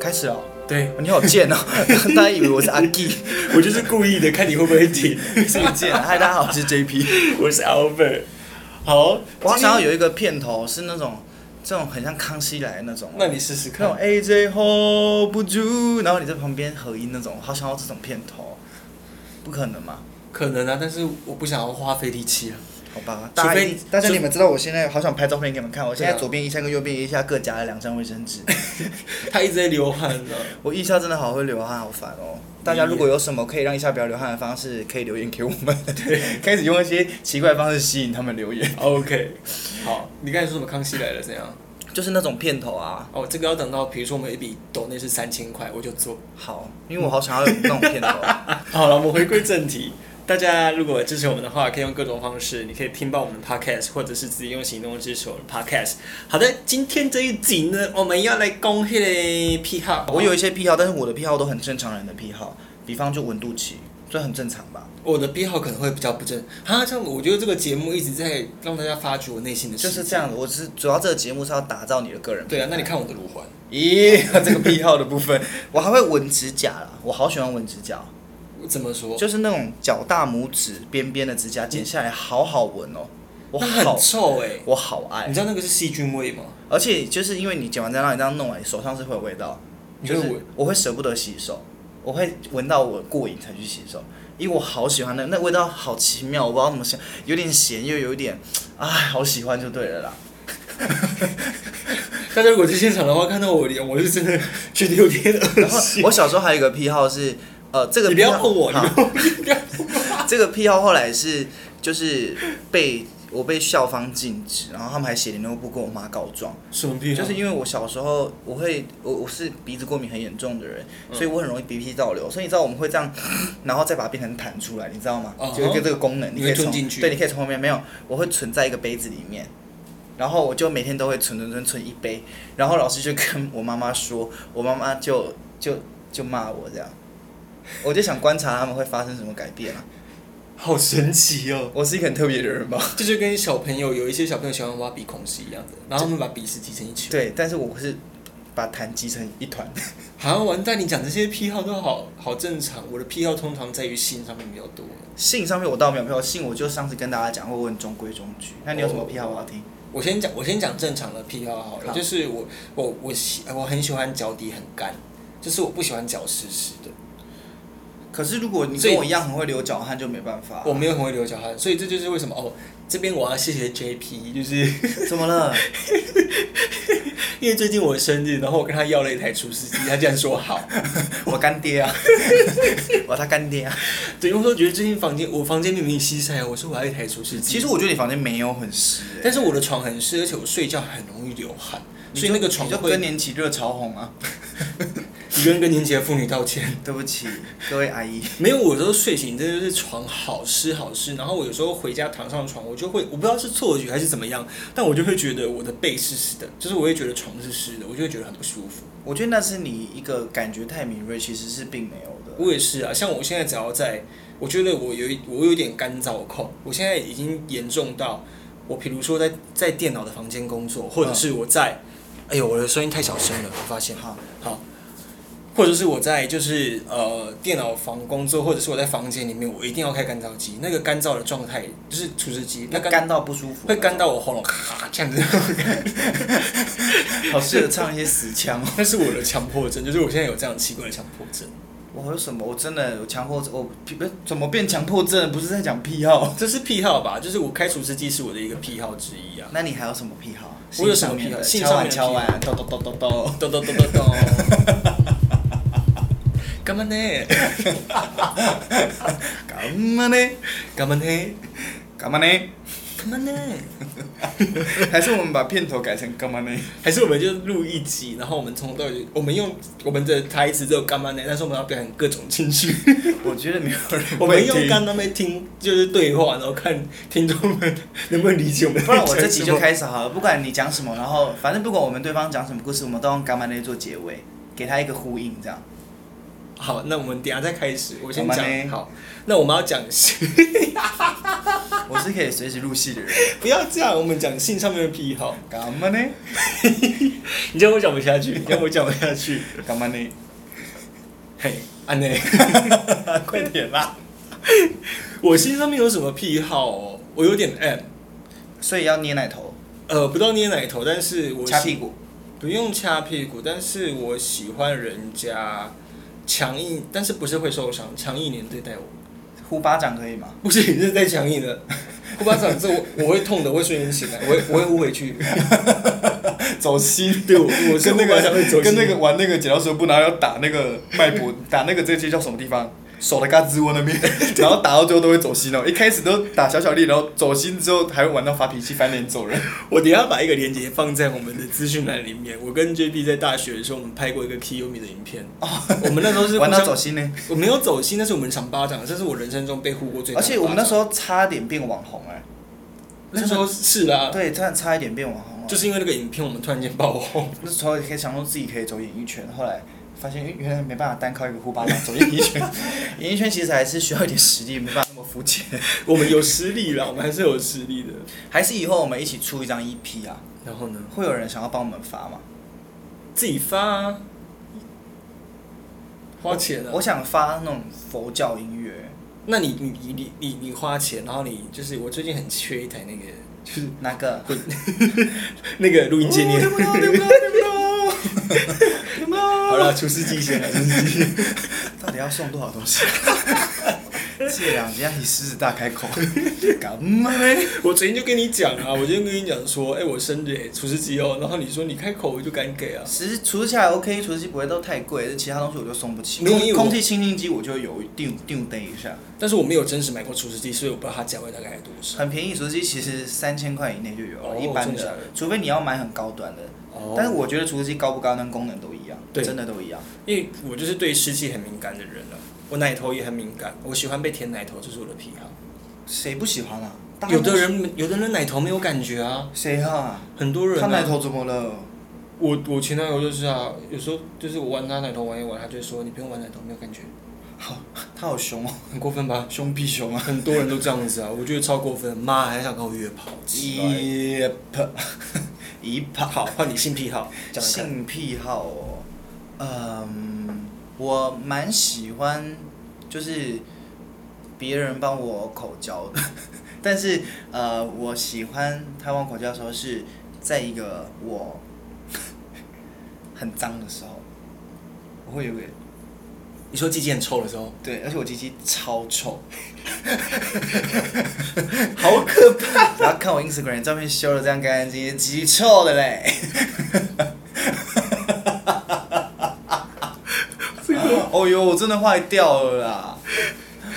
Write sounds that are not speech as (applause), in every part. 开始哦，对，你好贱哦！大家以为我是阿 G，我就是故意的，看你会不会停。是不贱啊。嗨，大家好，我是 JP。我是 Albert。好，我今好天想要有一个片头是那种，这种很像康熙来的那种，那你试试那看种。AJ hold 不住，然后你在旁边合音那种，好想要这种片头，不可能嘛？可能啊，但是我不想要花费力气啊。 (laughs) 好吧，除大家非一定但是除你们知道我现在好想拍照片给你们看，我现在对啊左边一下跟右边一下各夹了两张卫生纸，他一直在流汗，你知道吗？我一下真的好会流汗，好烦哦。大家如果有什么可以让一下不要流汗的方式，可以留言给我们。 (laughs) 开始用一些奇怪的方式吸引他们留言， OK，好，你刚才说什么康熙来了怎样？就是那种片头啊。哦，这个要等到，比如说我们有一笔抖内是三千块，我就做。好，因为我好想要有那种片头。啊 (laughs) 好了，我们回归正题。大家如果支持我们的话，可以用各种方式，你可以听到我们的 podcast，或者是直接用行动支持我们的 podcast。好的，今天这一集呢，我们要来攻黑的癖好。我有一些癖好，但是我的癖好都很正常人的癖好，比方就温度计，这很正常吧？我的癖好可能会比较不正啊，这样我觉得这个节目一直在让大家发掘我内心的世就界，是这样的。我只是主要这个节目是要打造你的个人。对啊，那你看我的乳环，咦， (laughs) 这个癖好的部分， (laughs) 我还会纹指甲啦，我好喜欢纹指甲，我怎么说？就是那种脚大拇指边边的指甲剪下来，好好闻哦，我那好很臭哎、我好爱你，知道那个是细菌味吗？而且就是因为你剪完再让你这样弄完，你手上是会有味道，你就会是闻我会舍不得洗手，我会闻到我过瘾才去洗手，因为我好喜欢那那味道，好奇妙，我不知道怎么想，有点咸又有点，唉，好喜欢就对了 (laughs) 啦。大家如果去现场的话，看到我脸，我是真的觉得有点恶然后心。我小时候还有一个癖好是，呃，这个你不要癖好碰我，你好不要你不要碰我。这个癖好后来是就是被我被校方禁止，然后他们还写联络部跟我妈告状，什么癖好？就是因为我小时候我会我我是鼻子过敏很严重的人，所以嗯我很容易鼻涕倒流，所以你知道我们会这样， (sniffs) 然后再把它变成弹出来，你知道吗哦？就有一个这个功能，你你会可以吞从进去对，你可以从后面没有，我会存在一个杯子里面。然后我就每天都会存存存存一杯，然后老师就跟我妈妈说，我妈妈就就就骂我这样，我就想观察他们会发生什么改变啊。 (laughs) 好神奇哦！我是一个很特别的人吧？这就跟小朋友有一些小朋友喜欢挖鼻孔是一样的，然后他们把鼻屎挤成一球。对，但是我是把痰积成一团。好像完蛋，你讲这些癖好都好好正常。我的癖好通常在于性上面比较多。性上面我倒没有癖好，性我就上次跟大家讲过，我很中规中矩。那你哦有什么癖好我要听？我先讲，我先讲正常的癖好好了，好就是我我我喜我很喜欢脚底很干，就是我不喜欢脚湿湿的，可是如果你所以跟我一样很会流脚汗，就没办 (laughs) 法。我没有很会流脚汗，所以这就是为什么哦。这边我要谢谢 JP，就是怎么了？因为最近我生日，然后我跟他要了一台厨师机，他竟然说好。我干爹啊！ (laughs) 我他干爹啊！对，因为我说觉得最近房间我房间明明西啊晒，我说我要一台厨师机。其实我觉得你房间没有很湿、欸，但是我的床很湿，而且我睡觉很容易流汗，你所就以那个床你就会更。年期热潮红啊！你跟更年期的妇女道歉。对不起，各位阿姨。 (laughs) 没有，我有时候睡醒真的就是床好湿好湿，然后我有时候回家躺上床，我就会我不知道是错觉还是怎么样，但我就会觉得我的背湿湿的，就是我会觉得床是湿的，我就会觉得很不舒服。我觉得那是你一个感觉太敏锐，其实是并没有的。我也是啊，像我现在只要在，我觉得我有一我有点干燥控，我现在已经严重到我比如说在在电脑的房间工作，或者是我在，哎呦我的声音太小声了，我发现好，好，或者是我在就是呃电脑房工作，或者是我在房间里面，我一定要开干燥机，那个干燥的状态就是除湿机，那那干干到不舒服，会干到我喉咙咔这样子， (laughs) 好适合唱一些死腔哦。那是我的强迫症，就是我现在有这样奇怪的强迫症，我有什么？我真的有强迫症，我癖不是怎么变强迫症？不是在讲癖好。这是癖好吧？就是我开除湿机是我的一个癖好之一啊。那你还有什么癖好？我有什么癖好性性上上面面的的敲完，敲完，咚咚咚咚咚。咚咚咚咚 (laughs) 咚。干嘛呢？干嘛呢？干嘛呢？干嘛呢？ (laughs) 干嘛呢？还是我们把片头改成干嘛呢？还是我们就录一集，然后我们从头到尾，我们用我们的台词只有干妈奶，但是我们要表演各种情 (laughs) 绪。我觉得没 (laughs) 有人我会们听用干妈妹听就是对话，然后看听众们 (laughs) 能不能理解我们。不然我这集就。开始好了，不管你讲什么，然后反正不管我们对方讲什么故事，我们都用干嘛呢做结尾，给他一个呼应，这样。好，那我们等一下再开始，我先干嘛讲。呢好，那我们要讲性， (laughs) 我是可以随时入戏的人， (laughs) 不要这样，我们讲性上面的癖好。干嘛呢？你这样我讲不下去，你这样我讲不下 (laughs) 去。干嘛呢？嘿，安内，快点 (laughs) 啦！我性上面有什么癖好哦？我有点 M，所以要捏奶头、呃，不到捏奶头，但是我掐喜屁股，不用掐屁股，但是我喜欢人家强硬，但是不是会受伤，强硬一点对待我。 (laughs) 呼巴掌可以吗？不是，你是在强硬的。呼巴掌这我我会痛的，我会瞬间醒 (laughs) 来，我会我会呼回去。 (laughs) 走心。对，我 (laughs) 我是呼巴掌会走心玩那个剪刀石头布，然后要打那个脉搏，打那个这个叫什么地方？手的嘎吱窝那 (laughs) 边，然后打到最后都会走心哦。一开始都打小小力，然后走心之后还会玩到发脾气、翻脸走人。我等一下把一个链接放在我们的资讯栏里面。我跟 JB 在大学的时候，我们拍过一个 Kiyomi 的影片。 (laughs) 我们那时候是玩到互相走心呢。我没有走心，但是我们赏巴掌，这是我人生中被呼过最大而的巴掌。且我们那时候差点变网红哎、那时候是啦，对，真的差一点变网红了。就是因为那个影片，我们突然间爆红。 (laughs) 那时候也可以想说自己可以走演艺圈，后来发现原来没办法单靠一个呼巴掌走演艺圈， (laughs) 演艺圈其实还是需要一点实力，没办法那么肤浅。 (laughs) 我们有实力啦，我们还是有实力的。还是以后我们一起出一张 EP 啊，然后呢，会有人想要帮我们发吗？自己发、啊，花钱啊。我想发那种佛教音乐，那你你你你你你花钱，然后你就是我最近很缺一台那个 (laughs) 就是那个？那个录音界哦面。 (laughs) 好好了，了，厨师机先来，啊厨师机。到底要送多少东西？这两家你狮子大开口，干嘛呢？我昨天就跟你讲啊，我昨天跟你讲说，哎、我生日、哎，厨师机哦，然后你说你开口我就敢给啊。其实除此下来 OK，除夕不会都太贵，但其他东西我就送不起。没有因为我空空气清净机我就有定定登一下，但是我没有真实买过厨师机，所以我不知道它价位大概有多少。很便宜，除夕其实三千块以内就有了，哦一般真的假的除非你要买很高端的。哦但是我觉得除夕高不高端功能都一样，对真的都一样。因为我就是对湿气很敏感的人了、啊我奶头也很敏感，我喜欢被舔奶头，这是我的癖好。谁不喜欢啊？大家有都的人有的人奶头没有感觉啊，谁啊？很多人、啊、他奶头怎么了？我我前男友就是啊，有时候就是我玩他奶头玩一玩，他就说你不用玩奶头，没有感觉，他好凶哦，很过分吧？凶必凶 (laughs) 啊！很多人都这样子啊，我觉得超过分，妈还想跟我约炮，奇怪一啪一 (laughs) 啪好，换你性癖好，讲讲看性癖好哦，嗯，我蛮喜欢，就是别人帮我口交的， (laughs) 但是呃，我喜欢他帮我口交的时候是在一个我很脏的时候，我会有个你说鸡鸡很臭的时候，对，而且我鸡鸡 (laughs) 超臭，好可怕。然后看我 Instagram 照片修的这样干干净净，鸡鸡臭的嘞。哦呦，我真的坏掉了啦！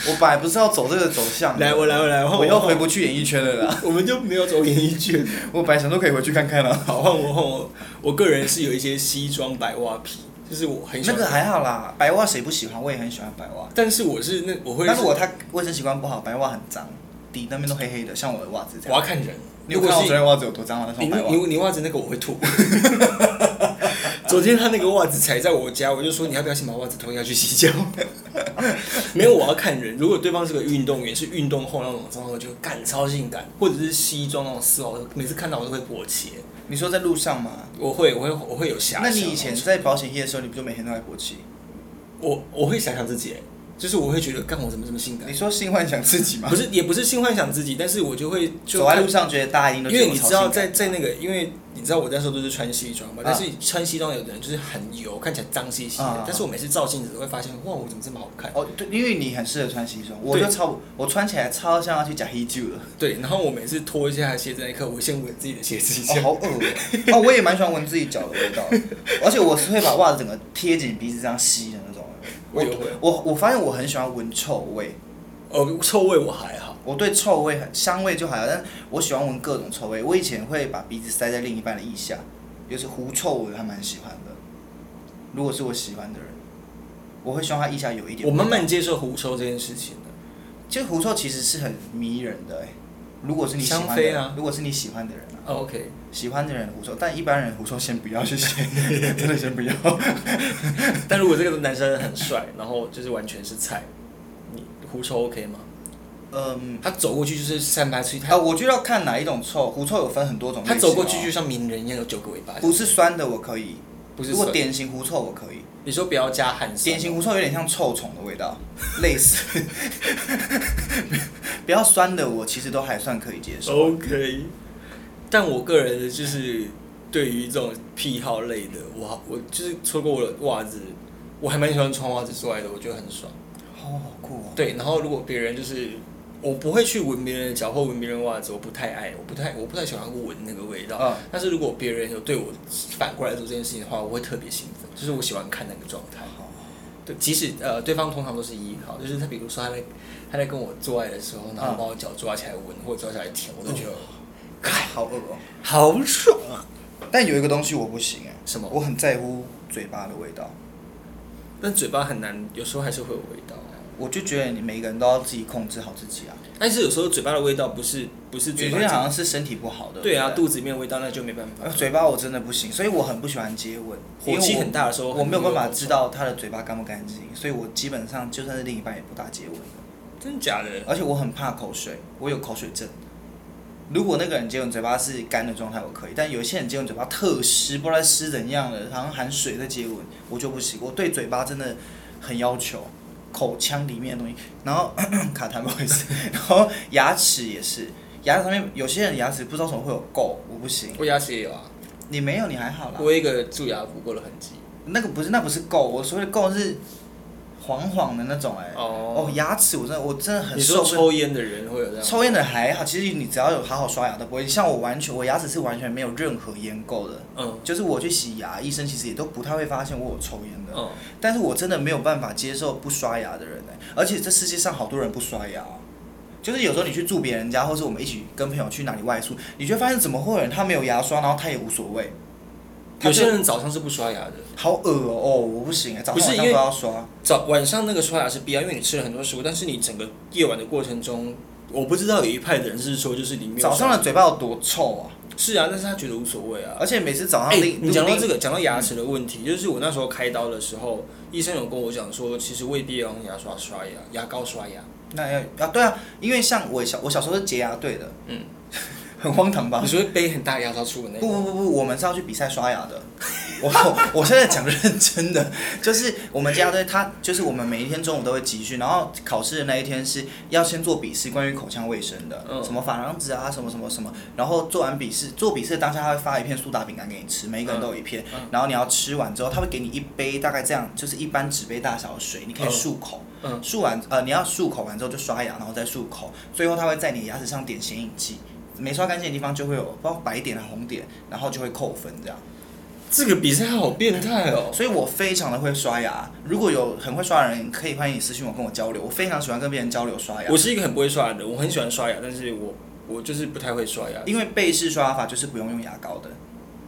我本来不是要走这个走向的，来，我来，我来，换我又回不，不去演艺圈了啦。我们就没有走演艺圈。我本来想说可以回去看看了，好，换我，换我。我个人是有一些西装白袜皮，就是我很喜那欢。个还好啦，白袜谁不喜欢？我也很喜欢白袜，但是我是那我会，但是我他卫生习惯不好，白袜很脏，底那边都黑黑的，像我的袜子这我要样。看人。你有如看果是到我昨天袜子有多脏吗？那你双白袜你。你袜子那个我会 (laughs) 吐。昨天他那个袜子踩在我家，我就说你要不要先把袜子脱下去洗 (laughs) 脚？没有，我要看人。如果对方是个运动员，是运动后那种装的，我就干超性感，或者是西装那种丝袜，我每次看到我都会勃起。你说在路上吗？我会，我会，我会有遐想。哦那你以前在保险业的时候，你不就每天都在勃起？我我会想想自己，就是我会觉得，干我怎么这么性感你？说性幻想自己吗不？是，也不是性幻想自己，但是我就会就走在啊路，上觉得大家一定都因觉得为我你知超性道感在在那个，因为你知道我那时候都是穿西装嘛，啊但是穿西装有的人就是很油，看起来脏兮兮啊啊的啊，但是我每次照镜子都会发现，哇，我怎么这么好看？哦，对，因为你很适合穿西装，我就对哦超我穿起来超像要去假黑酒的，对，然后我每次脱一下鞋子那一刻，我先闻自己的鞋子一哦，下，好恶 (laughs) 哦！哦，我也蛮喜欢闻自己脚的味道，而且我是会把袜子整个贴紧鼻子这样吸的那种。我也会。我我发现我很喜欢闻臭味， (laughs) 哦，臭味我还好，我对臭味很香味就还好，但我喜欢闻各种臭味。我以前会把鼻子塞在另一半的腋下，尤其狐臭，我还蛮喜欢的。如果是我喜欢的人，我会希望他腋下有一点。我慢慢接受狐臭这件事情的。其实狐臭其实是很迷人的、欸，如果是你喜欢香的妃人，啊如果是你喜欢的人啊，哦 OK，喜欢的人狐臭，但一般人狐臭先不要，谢谢，真的先不 (laughs) 要。 (laughs) 但如果这个男生很帅，然后就是完全是菜，你狐臭 OK 吗？嗯，他走过去就是散发出他，啊，我就要看哪一种臭，狐臭有分很多种类型他哦、走过去就像名人一样有九个尾巴。不是酸的我可以，不是如果酸典型狐臭我可以，你说不要加汗典型狐臭有点像臭虫的味道，类似。 (laughs) 比较酸的我其实都还算可以接受。 OK，但我个人就是对于这种癖好类的，我我就是除过我的袜子，我还蛮喜欢穿袜子之外的，我觉得很爽。哦，好酷哦。对，然后如果别人就是我不会去闻别人的脚或闻别人的袜子，我不太爱，我不太我不太喜欢闻那个味道。嗯但是如果别人有对我反过来做这件事情的话，我会特别兴奋，就是我喜欢看那个状态。哦对，即使呃对方通常都是一号，就是他比如说他在他在跟我做爱的时候，然后嗯把我脚抓起来闻或者抓起来舔，我都觉得好恶哦。好爽啊！但有一个东西我不行哎，什么我很在乎嘴巴的味道。但嘴巴很难，有时候还是会有味道。我就觉得你每个人都要自己控制好自己啊。但是有时候嘴巴的味道不是不是有嘴些巴人进好像是啊身体不好的。对啊，不肚子里面的味道那就没办法呃。嘴巴我真的不行，所以我很不喜欢接吻。火气因为我很大的时候我没有办法知道他的嘴巴干不干净，所以我基本上就算是另一半也不大接吻的。真假的？而且我很怕口水，我有口水症。如果那个人接吻嘴巴是干的状态，我可以；但有些人接吻嘴巴特湿，不知道在湿怎样的，好像含水在接吻，我就不行。我对嘴巴真的很要求，口腔里面的东西，然后 (coughs) 卡痰不好意思，然后牙齿也是，牙齿上面有些人牙齿不知道怎么会有垢，我不行。我牙齿也有啊，你没有，你还好啦。我有一个蛀牙补过的痕迹。那个不是，那不是垢，我所谓的垢是黄黄的那种、哎、哦牙齿我真的我真的很你说受不抽烟的人会有这样？抽烟的还好，其实你只要有好好刷牙都不会。像我完全，我牙齿是完全没有任何烟垢的，嗯就是我去洗牙，医生其实也都不太会发现我有抽烟的。嗯，但是我真的没有办法接受不刷牙的人哎、而且这世界上好多人不刷牙哦、就是有时候你去住别人家，或是我们一起跟朋友去哪里外出，你就会发现怎么会有人他没有牙刷，然后他也无所谓，他有就些人早上是不刷牙的，好恶哦、哦我不行哎、早不上是晚上因都为要刷。早晚上那个刷牙是必要，因为你吃了很多食物，但是你整个夜晚的过程中，我不知道有一派的人是说就是你没有早上的刷嘴巴有多臭啊！是啊，但是他觉得无所谓啊。而且每次早上哎、拎、你讲到拎这个，讲到牙齿的问题，就是我那时候开刀的时候，医生有跟我讲说，其实未必要用牙刷刷牙，牙膏刷牙。那要啊，对啊，因为像我小我小时候是洁牙队的，嗯， (laughs) 很荒唐吧你？是会背很大的牙刷出门那不种？不不不，我们是要去比赛刷牙的。我 (laughs) 我现在讲认真的，就是我们洁牙队，他就是我们每一天中午都会集训，然后考试的那一天是要先做笔试，关于口腔卫生的，嗯什么珐琅质啊，什么什么什么，然后做完笔试，做笔试的当下他会发一片苏打饼干给你吃，每一个人都有一片，嗯嗯然后你要吃完之后，他会给你一杯大概这样，就是一般纸杯大小的水，你可以嗯漱口。嗯，漱完呃，你要漱口完之后就刷牙，然后再漱口，最后它会在你牙齿上点显影剂，没刷干净的地方就会有包括白点啊、红点，然后就会扣分这样。这个比赛好变态哦。所以我非常的会刷牙，如果有很会刷的人，可以欢迎你私信我跟我交流，我非常喜欢跟别人交流刷牙我。是一个很不会刷牙的，我很喜欢刷牙，但是我我就是不太会刷牙。因为背式刷牙法就是不用用牙膏的，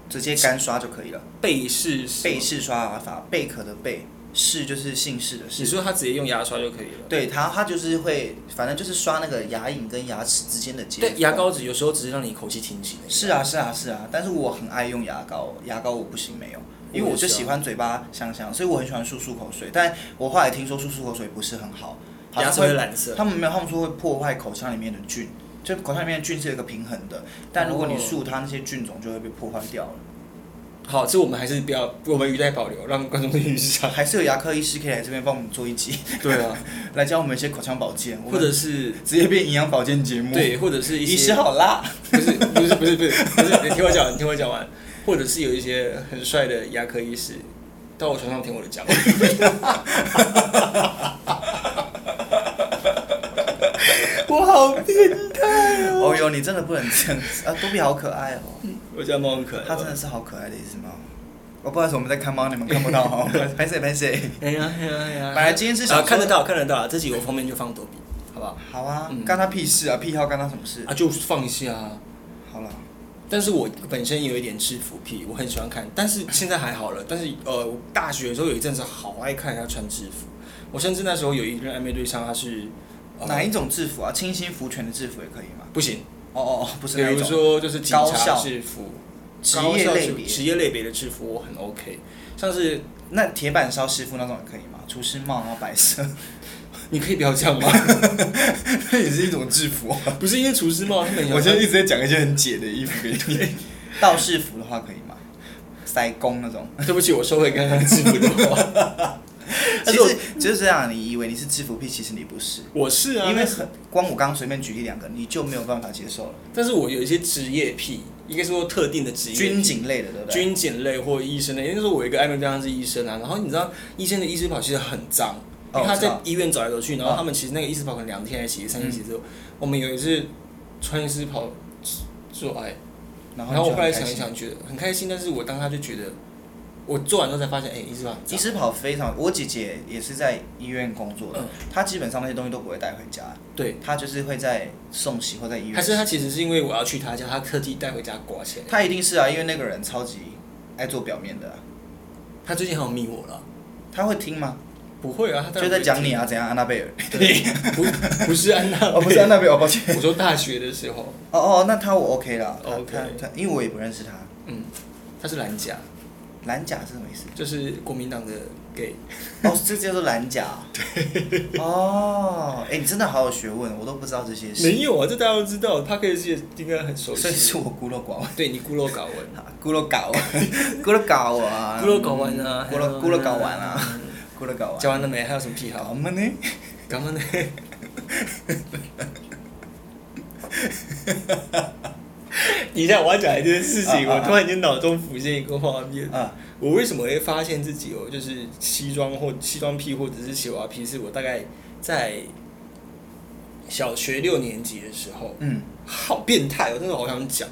直接干刷就可以了。背式是背，式刷牙法，贝壳的贝，式就是姓氏的你氏。说他直接用牙刷就可以了。对它，它就是会，反正就是刷那个牙龈跟牙齿之间的接但牙缝膏只有时候只是让你口气清醒而已。是啊，是啊，是啊，但是我很爱用牙膏，牙膏我不行没有，啊因为我就喜欢嘴巴香香，所以我很喜欢漱漱口水。但我后来听说漱漱口水不是很好，好像牙齿会染色他们没有，他们说会破坏口腔里面的菌，就口腔里面的菌是有一个平衡的，但如果你哦漱它，那些菌种就会被破坏掉了。好，这我们还是不要，我们语带保留，让观众去想。还是有牙科医师可以来这边帮我们做一集，对啊，来教我们一些口腔保健，我 (laughs) 或们者是直接变营养保健节目。对，，或者是一医些师好啦。不是不是不是不是不是，你听我讲，你听我讲完，或者是有一些很帅的牙科医师到我床上听我的讲， (laughs) 我好变态哦！ (laughs) 哦哟，你真的不能这样子啊！多比好可爱哦。我家猫很可爱吧，它真的是好可爱的一只猫。我、不好意思，我们在看猫，你们看不到 (laughs) 哈。拍谁拍谁。哎呀哎呀哎呀！本来今天是想啊，说看得到看得到，这集我封面就放多比，好不好？好啊，嗯干他屁事啊，癖好干他什么事？啊，就放一下啊。好了，但是我本身有一点制服癖，我很喜欢看，但是现在还好了。 (laughs) 但是呃，我大学的时候有一阵子好爱看人家穿制服，我甚至那时候有一任暧昧对象，他是、呃哪一种制服啊？清新服全的制服也可以吗？不行？哦哦哦，不是比那一如种说就是警高察校制服、职高业校类制服别。职业类别的制服我很 OK，像是那铁板烧师傅那种也可以吗？厨师帽然后啊 (laughs) 白色， (laughs) 你可以不要这样吗？那也是一种制服、啊。 (laughs) 不是因为厨师帽，他们我就就一直在讲一些很解的衣服给 (laughs) 你。道士服的话可以吗？塞工那种。 (laughs) 对不起，我收回刚刚制服的话，但其是我实就是这样，你以为你是制服癖，其实你不是， (laughs) 我是啊，因为但是很光我刚刚随便举例两个，你就没有办法接受了。但是我有一些职业癖，应该说特定的职业癖军警类的，对不对？军警类或医生类，因为那时候我有一个暧昧对象是医生啊，然后你知道医生的医师袍其实很脏，因哦为他我知道在医院走来走去，然后哦他们其实那个医师袍可能两天还洗，三天嗯洗之后，我们有一次穿医师袍做爱，然后然后你我就后来很开想一心，想，觉得很开心，但是我当他就觉得，我做完之后才发现，哎、医师袍很医脏，师跑非常，我姐姐也是在医院工作的嗯，她基本上那些东西都不会带回家，对，她就是会在送洗或在医院还洗。是他其实是因为我要去他家，他特地带回家刮起来。她一定是啊，因为那个人超级爱做表面的啊、他最近很有密我了，她会听吗？不会啊，他当就然在不会讲你听，啊，怎样安娜 (laughs) 贝尔？对不不是安娜 (laughs) ，哦，不是安娜贝尔，抱 (laughs) 歉。我说大学的时候，哦哦，那她我 OK 啦。 OK 她她她因为我也不认识她。嗯，他是蓝甲。蓝甲是什么意思？就是国民党的 gay，哦，这叫做蓝甲。对。哦，哎，你真的好有学问，我都不知道这些事。没有啊，这大家都知道，他可以是应该很熟悉。所以是我孤陋寡闻。对你孤陋寡闻，孤陋寡闻，孤陋寡闻啊， (laughs) 孤陋寡闻啊，孤陋孤陋寡闻啊，孤陋 (laughs) 寡讲闻。完了没？还有什么癖好搞？么呢？干嘛呢？ (laughs) 等一下，我要讲一件事情，啊啊啊我突然间脑中浮现一个画面。啊，我为什么会发现自己有就是西装或西装癖或者是西娃癖？是我大概在小学六年级的时候，嗯，好变态哦！真的好想讲。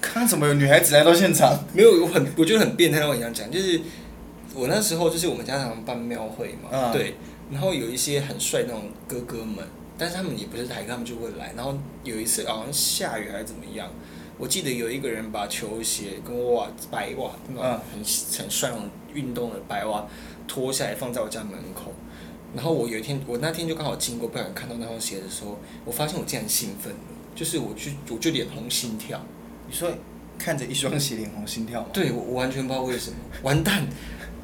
刚刚怎么有女孩子来到现场？没有，我很我觉得很变态，我很想讲，就是我那时候就是我们家常办庙会嘛，嗯对，然后有一些很帅那种哥哥们，但是他们也不是台客，他们就会来。然后有一次好像下雨还是怎么样，我记得有一个人把球鞋跟袜子白袜那种嗯很、很帅那种运动的白袜脱下来放在我家门口。然后我有一天，我那天就刚好经过，不小心看到那双鞋的时候，我发现我竟然兴奋了，就是我去我就脸红心跳。你说看着一双鞋脸红心跳吗？对，我我完全不知道为什么，完蛋！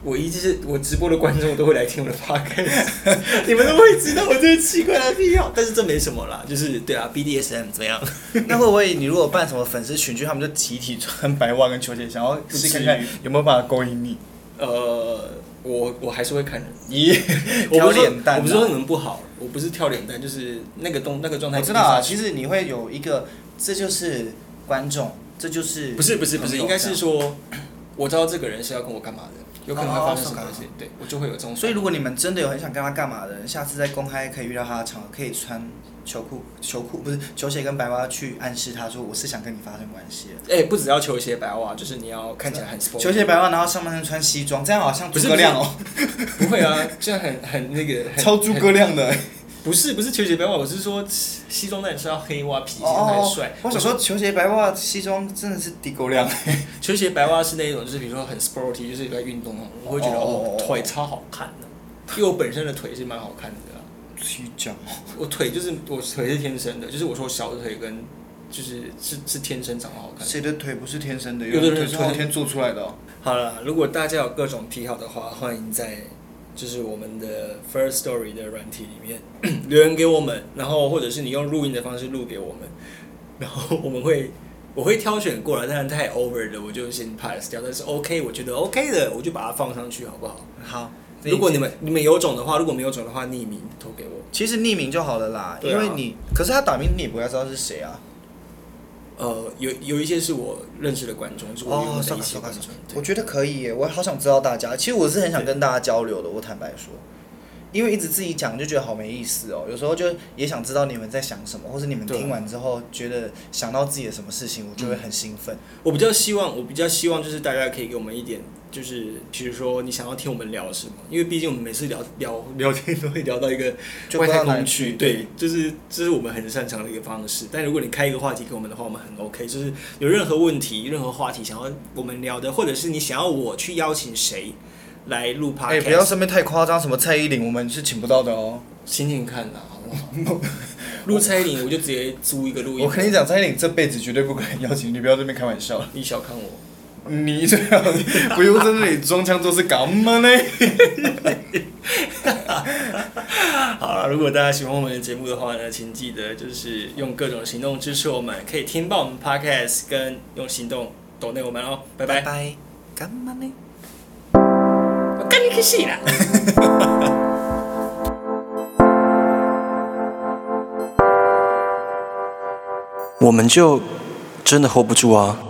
我一直是我直播的观众都会来听我的 (laughs) podcast，你们都会知道我这个奇怪的癖好，但是这没什么啦，就是对啊，BDSM 怎么样？那会不会你如果办什么粉丝群聚，他们就集体穿白袜跟球鞋，想要试看看 (laughs) 不有没有办法勾引你？呃，我我还是会看人，咦，我挑不是说脸蛋啊、我不是说你们不好，我不是挑脸蛋，就是那个动那个状态我不是知道发生。啊，其实你会有一个，这就是观众，这就是不是不是不是，朋友应该是这样。说，我知道这个人是要跟我干嘛的，有可能会发生哦什么事情，对我就会有这种。所以，如果你们真的有很想跟他干嘛的人，下次在公开可以遇到他的场合，可以穿球裤、球裤不是球鞋跟白袜去暗示他说我是想跟你发生关系的。哎、不只要球鞋白袜，就是你要看起来很 sport。球鞋白袜，然后上半身穿西装，这样好像不诸是葛亮哦，不会啊，这样很很那个很 (laughs) 超诸葛 (laughs) 亮的。不是不是球鞋白袜，我是说西装当然是要黑袜皮，哦这样才帅。我想说球鞋白袜西装真的是诸葛亮。球鞋白袜是那种，就是比如说很 sporty，就是在运动那种，我会觉得哦哦腿超好看的，因为我本身的腿是蛮好看的啊、去讲我腿就是我腿是天生的，就是我说小腿跟就是是是天生长得好看。谁的腿不是天生的？有的人腿是后天做出来的哦。好了，如果大家有各种癖好的话，欢迎在就是我们的 First Story 的软体里面 (clears throat) 留言给我们，然后或者是你用录音的方式录给我们，然后我们会我会挑选过来，但是太 over 的我就先 pass 掉，但是 OK 我觉得 OK 的我就把它放上去，好不好？好，如果你们你们有种的话，如果没有种的话，匿名投给我。其实匿名就好了啦，对因啊为你可是他打名你也不要知道是谁啊。呃，有有一些是我认识的观众，是我哦用，的算一了些算观了众算了，对我觉得可以耶，我好想知道大家。其实我是很想跟大家交流的，我坦白说，因为一直自己讲就觉得好没意思哦。有时候就也想知道你们在想什么，或是你们对嗯听完之后觉得想到自己的什么事情，我就会很兴奋。我比较希望，我比较希望就是大家可以给我们一点，就是比如说你想要听我们聊什么，因为毕竟我们每次聊聊聊天都会聊到一 (laughs) 个就外不太知道哪空里去，去对，就是这是我们很擅长的一个方式。但如果你开一个话题给我们的话，我们很 OK，就是有任何问题、任何话题想要我们聊的，或者是你想要我去邀请谁来录 podcast，、哎、不要上面太夸张，什么蔡依林我们是请不到的哦。请请看呐、好不 (laughs) 好？录蔡依林，我就直接租一个录音。我跟你，讲，蔡依林这辈子绝对不可能邀请你，不要在那边开玩笑。你小看我。你这样不用在那里装腔作势干嘛呢？好了，如果大家喜欢我们的节目的话呢，请记得就是用各种行动支持我们，可以听爆我们 podcast，跟用行动抖内我们哦，拜拜。拜，干嘛呢？我跟你去 (laughs) 死啦！我们就真的 hold 不住啊。